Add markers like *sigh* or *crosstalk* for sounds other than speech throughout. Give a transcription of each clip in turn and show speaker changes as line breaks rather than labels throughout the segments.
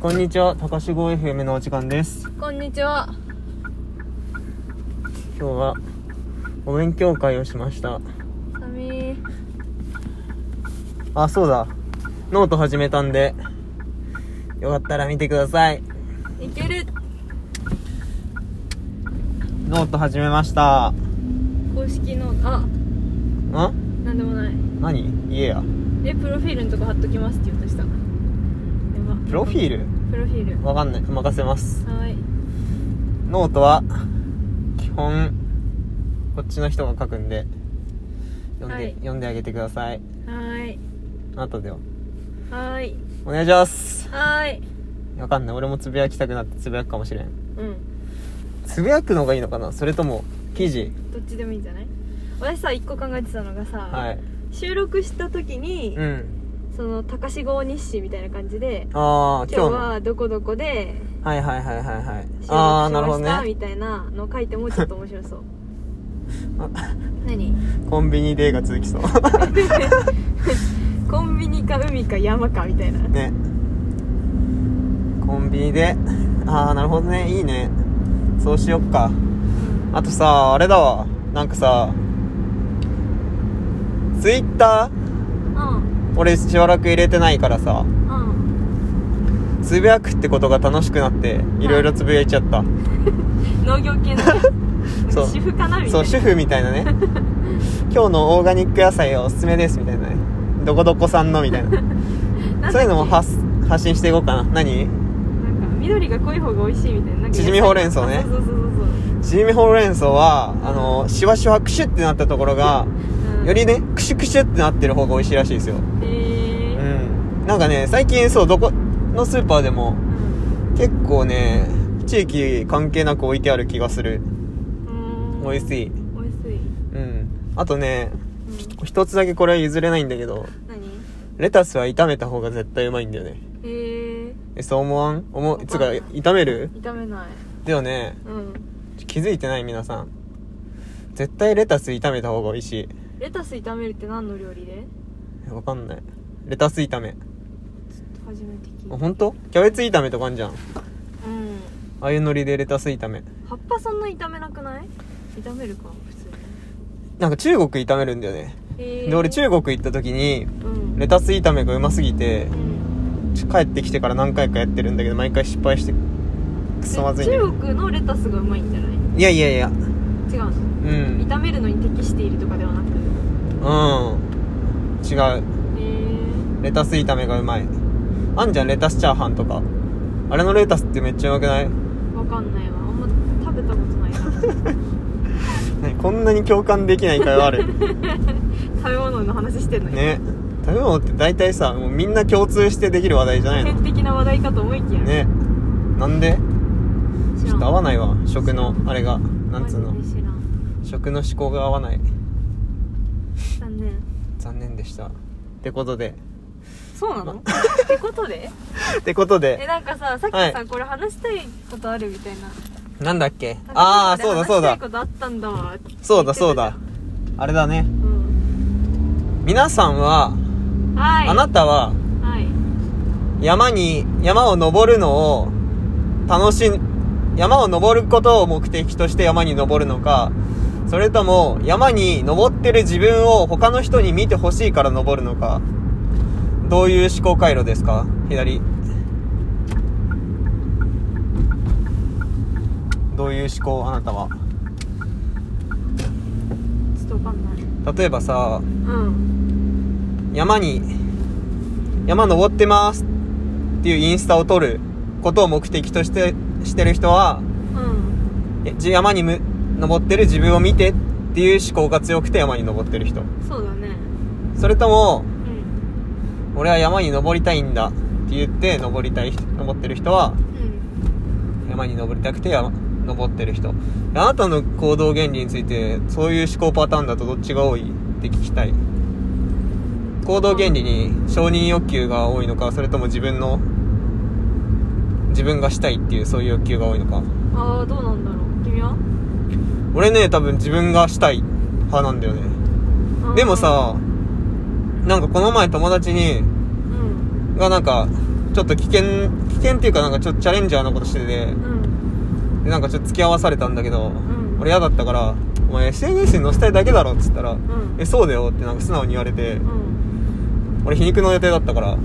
こんにちは、高志号 FM のお時間です。
こんにちは。
今日はお勉強会をしました。
サミー。
あ、そうだ。ノート始めたんで、よかったら見てください。
いける。
ノート始めました。
公式の、あ、
ん
なんでもない。
何家や。
え、プロフィールのとこ貼っときますって言おうとした。やば
プロフィール
プロフィー
わかんない。任せます。
ル。はーい。
ノートは、基本、こっちの人が書くんで、読んで、
はい
読んであげてください。
はーい。
あとでは。
はーい。
お願いします。
はーい。
わかんない。俺もつぶやきたくなってつぶやくかもしれん。
うん。
つぶやくのがいいのかなそれとも、記事
どっちでもいいんじゃない私さ、一個考えてたのがさ、
はい。
収録した時に、
うん。
その、高志号日誌みたいな感じで、
ああ、
今
今日
日
の。
はどこどこで
はいはいはいはいはい
収録。し
ああ、なる
ま
ほど
した、
ね。
みたいなのを書いてもちょっと面白そう。
*laughs* あ
何
コンビニデーが続きそう。
*laughs* コンビニか海か山かみたいな
ね。コンビニで、ああ、なるほどね。いいね。そうしよっか。あとさ、あれだわ。なんかさ、ツイッター
うん
俺しばらく入れてないからさ、
うん
つぶやくってことが楽しくなって、いろいろつぶやいちゃった。
農業
*laughs*
系の
そう
主婦かなみたいな
そう、主婦みたいな
*laughs*
ね。今日のオーガニック野菜おすすめですみたいなね。どこどこさんのみたいな。
なんだっけ
そういうのも発発信していこうかな何
なんか緑が濃い方が美味しいみたいななんか
縮みほうれん草ね
そうそうそうそう
ちりみほうれん草はあのシワシワクシュってなったところが
そう、うん、
よりねクシュクシュってなってる方が美味しいらしいですよ
へ
う
え
んなんかね最近そうどこのスーパーでも結構ね地域関係なく置いてある気がする
うん
美味
い
しい
美味しい、
うんあとね
うん、
一つだけこれは譲れないんだけど
何
レタスは炒めた方が絶対うまいんだよね
へえ
えそう思わん思うつうか
わかん
炒める
炒めない
だよね
うん
気づいてない皆さん絶対レタス炒めた方が美味し
レタス炒めるって何の料理で
いわかんないレタス炒め
初めて聞いた
ほんとキャベツ炒めとかあんじゃん
うん
ああいうノリでレタス炒め
葉っぱそんな炒めなくない炒めるか普通
なんか中国炒めるんだよね
にへえ
で俺中国行った時に
うん
レタス炒めがうますぎて
うん
帰ってきてから何回かやってるんだけど毎回失敗してくそまずいね
中国のレタスがうまいんじゃない
いやいやいや
違うの
うん
炒めるのに適しているとかではなく
うん違う
へえ
レタス炒めがうまいあんじゃんレタスチャーハンとかあれのレタスってめっちゃうまくない
わかんないわあんま食べたことないな
*laughs*
食
何こんなに共感できない会話ある
べ物の話してんのに
ね食べ物って大体さもうみんな共通してできる話題じゃないの
天的な話題かと思いきや
ねなんで
知
ちょ
ら
っ
ん
と合わないわ食のあれがなんつうの
マジで知らん
食の思考が合わない
残念
残念でしたってことで
そうなのってことで
ってこと
え
で
なんかささっきさ、
は
これ話したいことあるみたいな
なんだっけああ
なんか
そうだ
話し
そう
たい
だ
ことあったんだわって言ってたじゃ
そ
ん
うだそうだあれだね
うん
皆さんは、
はい
あなたは
はい
山に山を登るのを楽しん山を登ることを目的として山に登るのかそれとも山に登ってる自分を他の人に見てほしいから登るのかどういう思考回路ですか左どういう思考あなたは
ちょっとわかんない
例えばさ
うん
山に山登ってますっていうインスタを撮ることを目的としてしてる人は
うん
えじ山にむ登ってる自分を見てっていう思考が強くて山に登ってる人
そうだね
それとも
うん
俺は山に登りたいんだって言って登りたい人登ってる人は
うん
山に登りたくて山登ってる人あなたの行動原理についてそういう思考パターンだとどっちが多いって聞きたい行動原理に承認欲求が多いのかそれとも自分の自分がしたいっていうそういう欲求が多いのか
ああどうなんだろう君は
俺ね多分自分がしたい派なんだよねでもさなんかこの前友達に
うん
がなんかちょっと危険危険っていうかなんかちょっとチャレンジャーなことしてて
うん
でなんかちょっと付き合わされたんだけど、
ん
俺嫌だったから「お前 SNS に載せたいだけだろ」っつったら「
ん
えそうだよ」ってなんか素直に言われて
うん
俺皮肉の予定だったから
うん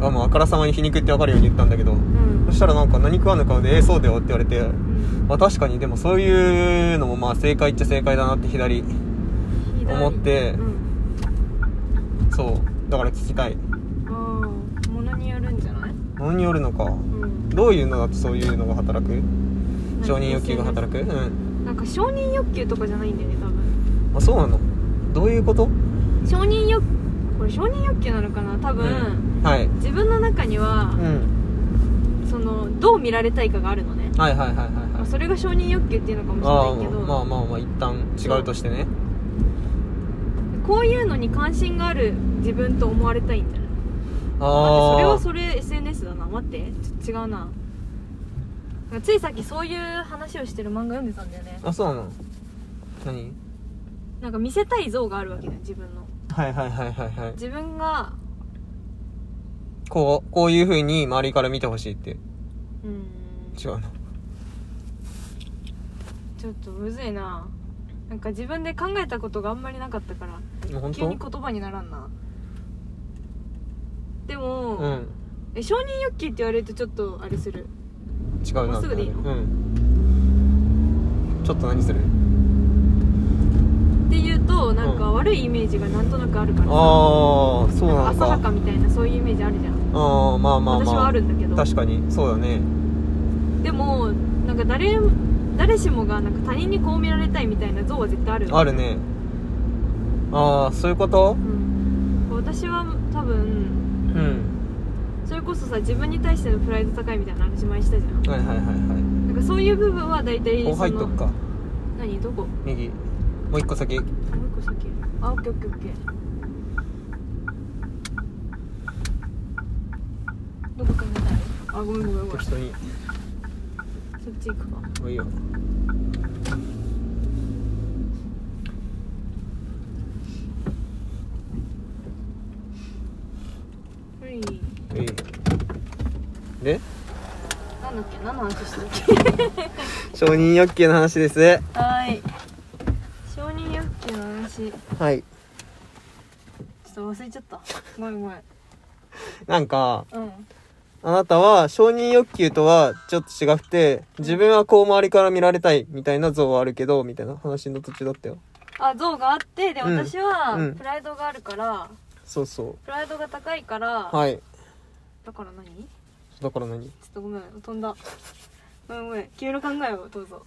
あもうあからさまに皮肉って分かるように言ったんだけど
うん
そしたらなんか何食わぬ顔で「えそうだよ」って言われて
うん
まあ確かにでもそういうのもまあ正解っちゃ正解だなって左
左
思って
うん
そうだから聞きたい
ああものによるんじゃない
何によるのか
うん
どういうのだとそういうのが働く承認欲求が働くうん、
なんか承認欲求とかじゃないんだよね多分
あそうなのどういうこと
承認欲これ承認欲求なのかな多分、
うんはい
自分の中には
う、ん
そのどう見られたいかがあるのね、
はいはいはいはい
ま
は
あ
い
それが承認欲求っていうのか
ああ
もしれないけど、
まあまあまあ一旦違うとしてね
こういうのに関心がある自分と思われたいんじゃない
ああ
待ってそれはそれ SNS だな待ってちょ違うなついさっきそういう話をしてる漫画読んでたんだよね
あそうなの何
なんか見せたい像があるわけだよ自分の
はいはいはいはいはい
自分が
こうこういう風に周りから見てほしいっていう
うーん
違うの
ちょっとむずいななんか自分で考えたことがあんまりなかったから
もう本
急
当
に言葉にならんなでも、
うん
え承認欲求って言われるとちょっとあれする
違う
も
な
うすぐでいいの
うんちょっと何する
っていうとなん
う
か悪いイメージがなんとなくあるからさ
ああそうな
な
の
んか浅は
か
かみたいなそういうイメージあるじゃん
ああまあまあまあ
私はあるんだけど
確かにそうだね
でもなんか誰誰しもがなんか他人にこう見られたいみたいな像は絶対ある
あるねああそういうこと
うん私は多分
うん
それこそさ自分に対してのプライド高いみたいな話前にしたじゃん
はいはいはいは
なんかそういう部分は大体
い
そ
こう
の
入っとくか
何どこも
右もう一個先
う一個先あオッケーオッケーオッケーどこかにないあごめんごめんごめん
適当に
そっち行くか
もういいよ
はい
いいで
なんだっけ何の話してたっけ
承認欲求の話です
*laughs* はい承認欲求の話ちょ
はい
っと忘れち
*laughs*
ゃったごめんごめん
なんか
うん
あなたは承認欲求とはちょっと違くて自分はこう周りから見られたいみたいな像はあるけどみたいな話の途中だったよ
あ像があってで
うん
私は
うん
プライドがあるから、
そうそ
プライドが高いから、
うはい
だから何ちょ
だから何
っとごめん飛んだごめんごめん黄色考えをどうぞ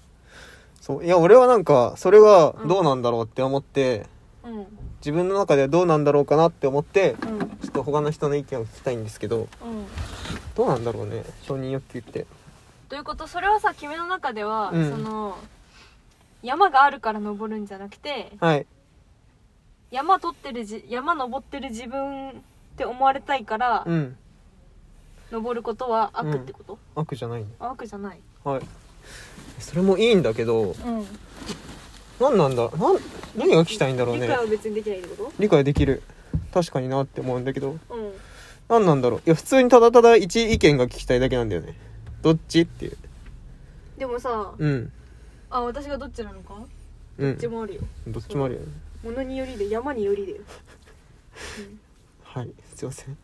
そういや俺はなんかそれがどうなんだろうって思って、
うんうん
自分の中ではどうなんだろうかなって思ってちょっと他の人の意見を聞きたいんですけど
うん
どうなんだろうね承認欲求って
ということそれはさ君の中では、
うん
その山があるから登るんじゃなくて
はい
山取ってるじ山登ってる自分って思われたいから、
うん
登ることは悪ってこと、
悪じゃないね
あ悪じゃない
はいそれもいいんだけど
うん
何なんだなん何が聞きたいんだろう
理
ね
解は別にできないってこ
理解できる確かになって思うんだけど
とうん
何なんだろういや普通にただただ一意見が聞きたいだけなんだよねどっちっていう
でもさ
うん
あ私がどっちなのか
う
ど
ん
っちもあるよ
どっちもあるよね
ものによりで山によりでよ
はいすいません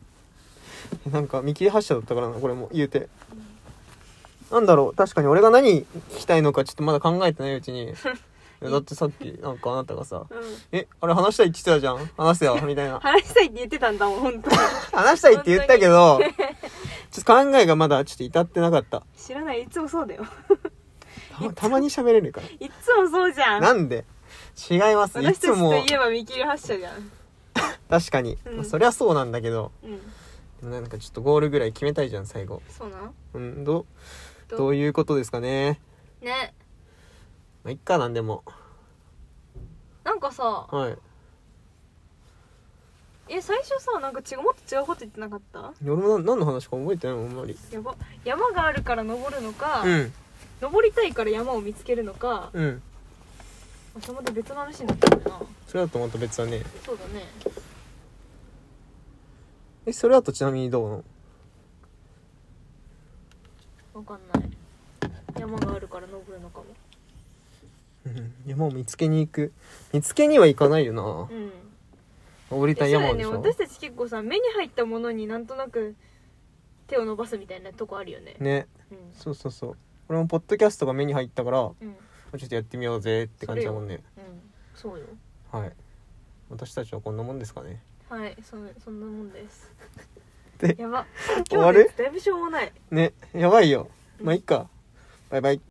*laughs* えなんか見切り発車だったからなこれも言うてなんだろう確かに俺が何聞きたいのかちょっとまだ考えてないうち
*laughs*
にいやだってさっきなんかあなたがさ
うん
「えあれ話したいって言ってたじゃん話せよ」み
*laughs*
たいな
話したいって言ってたんだもん本当
*laughs*
に
話したいって言ったけど *laughs* ちょっと考えがまだちょっと至ってなかった
知らないいつもそうだよ
たまたまに喋れるか
いつもそうじゃ
ら
ん
なんで違いますい
私た
つ
ちと
も
いえば見切り発車じゃん
確かに、
うん
まあそりゃそうなんだけど
うん
でもなんかちょっとゴールぐらい決めたいじゃん最後
そうなん
うんど
ど
どういうことですかね
ね
まあいっかなんでも
なんかさ
はい
え最初さなんか違うもっと違うこと言ってなかった
俺もな何の話か覚えてないもんあんまり
やば山があるから登るのか、
うん
登りたいから山を見つけるのか、
うん
まあそれまた別の話になっちゃうな
それだとまた別だね
そうだね
えそれだとちなみにどうなの *laughs*
わかんない山があるから登るのかも
うん山を見つけに行く見つけには行かないよな
うん
降りたい
そうだ
山
よ
で
ね
しょ
私たち結構さ目に入ったものになんとなく手を伸ばすみたいなとこあるよね
ね
うん
そうそうそう俺もポッドキャストが目に入ったからちょ
うん、
っとやってみようぜって感じだもんね
うん、そうよ
はい私たちはこんなもんですかね
はいそんそんなもんです
で
やば
終
今
わ
日で
る
だいぶしょうもない
ねやばいよ
うん
まあいっかバイバイ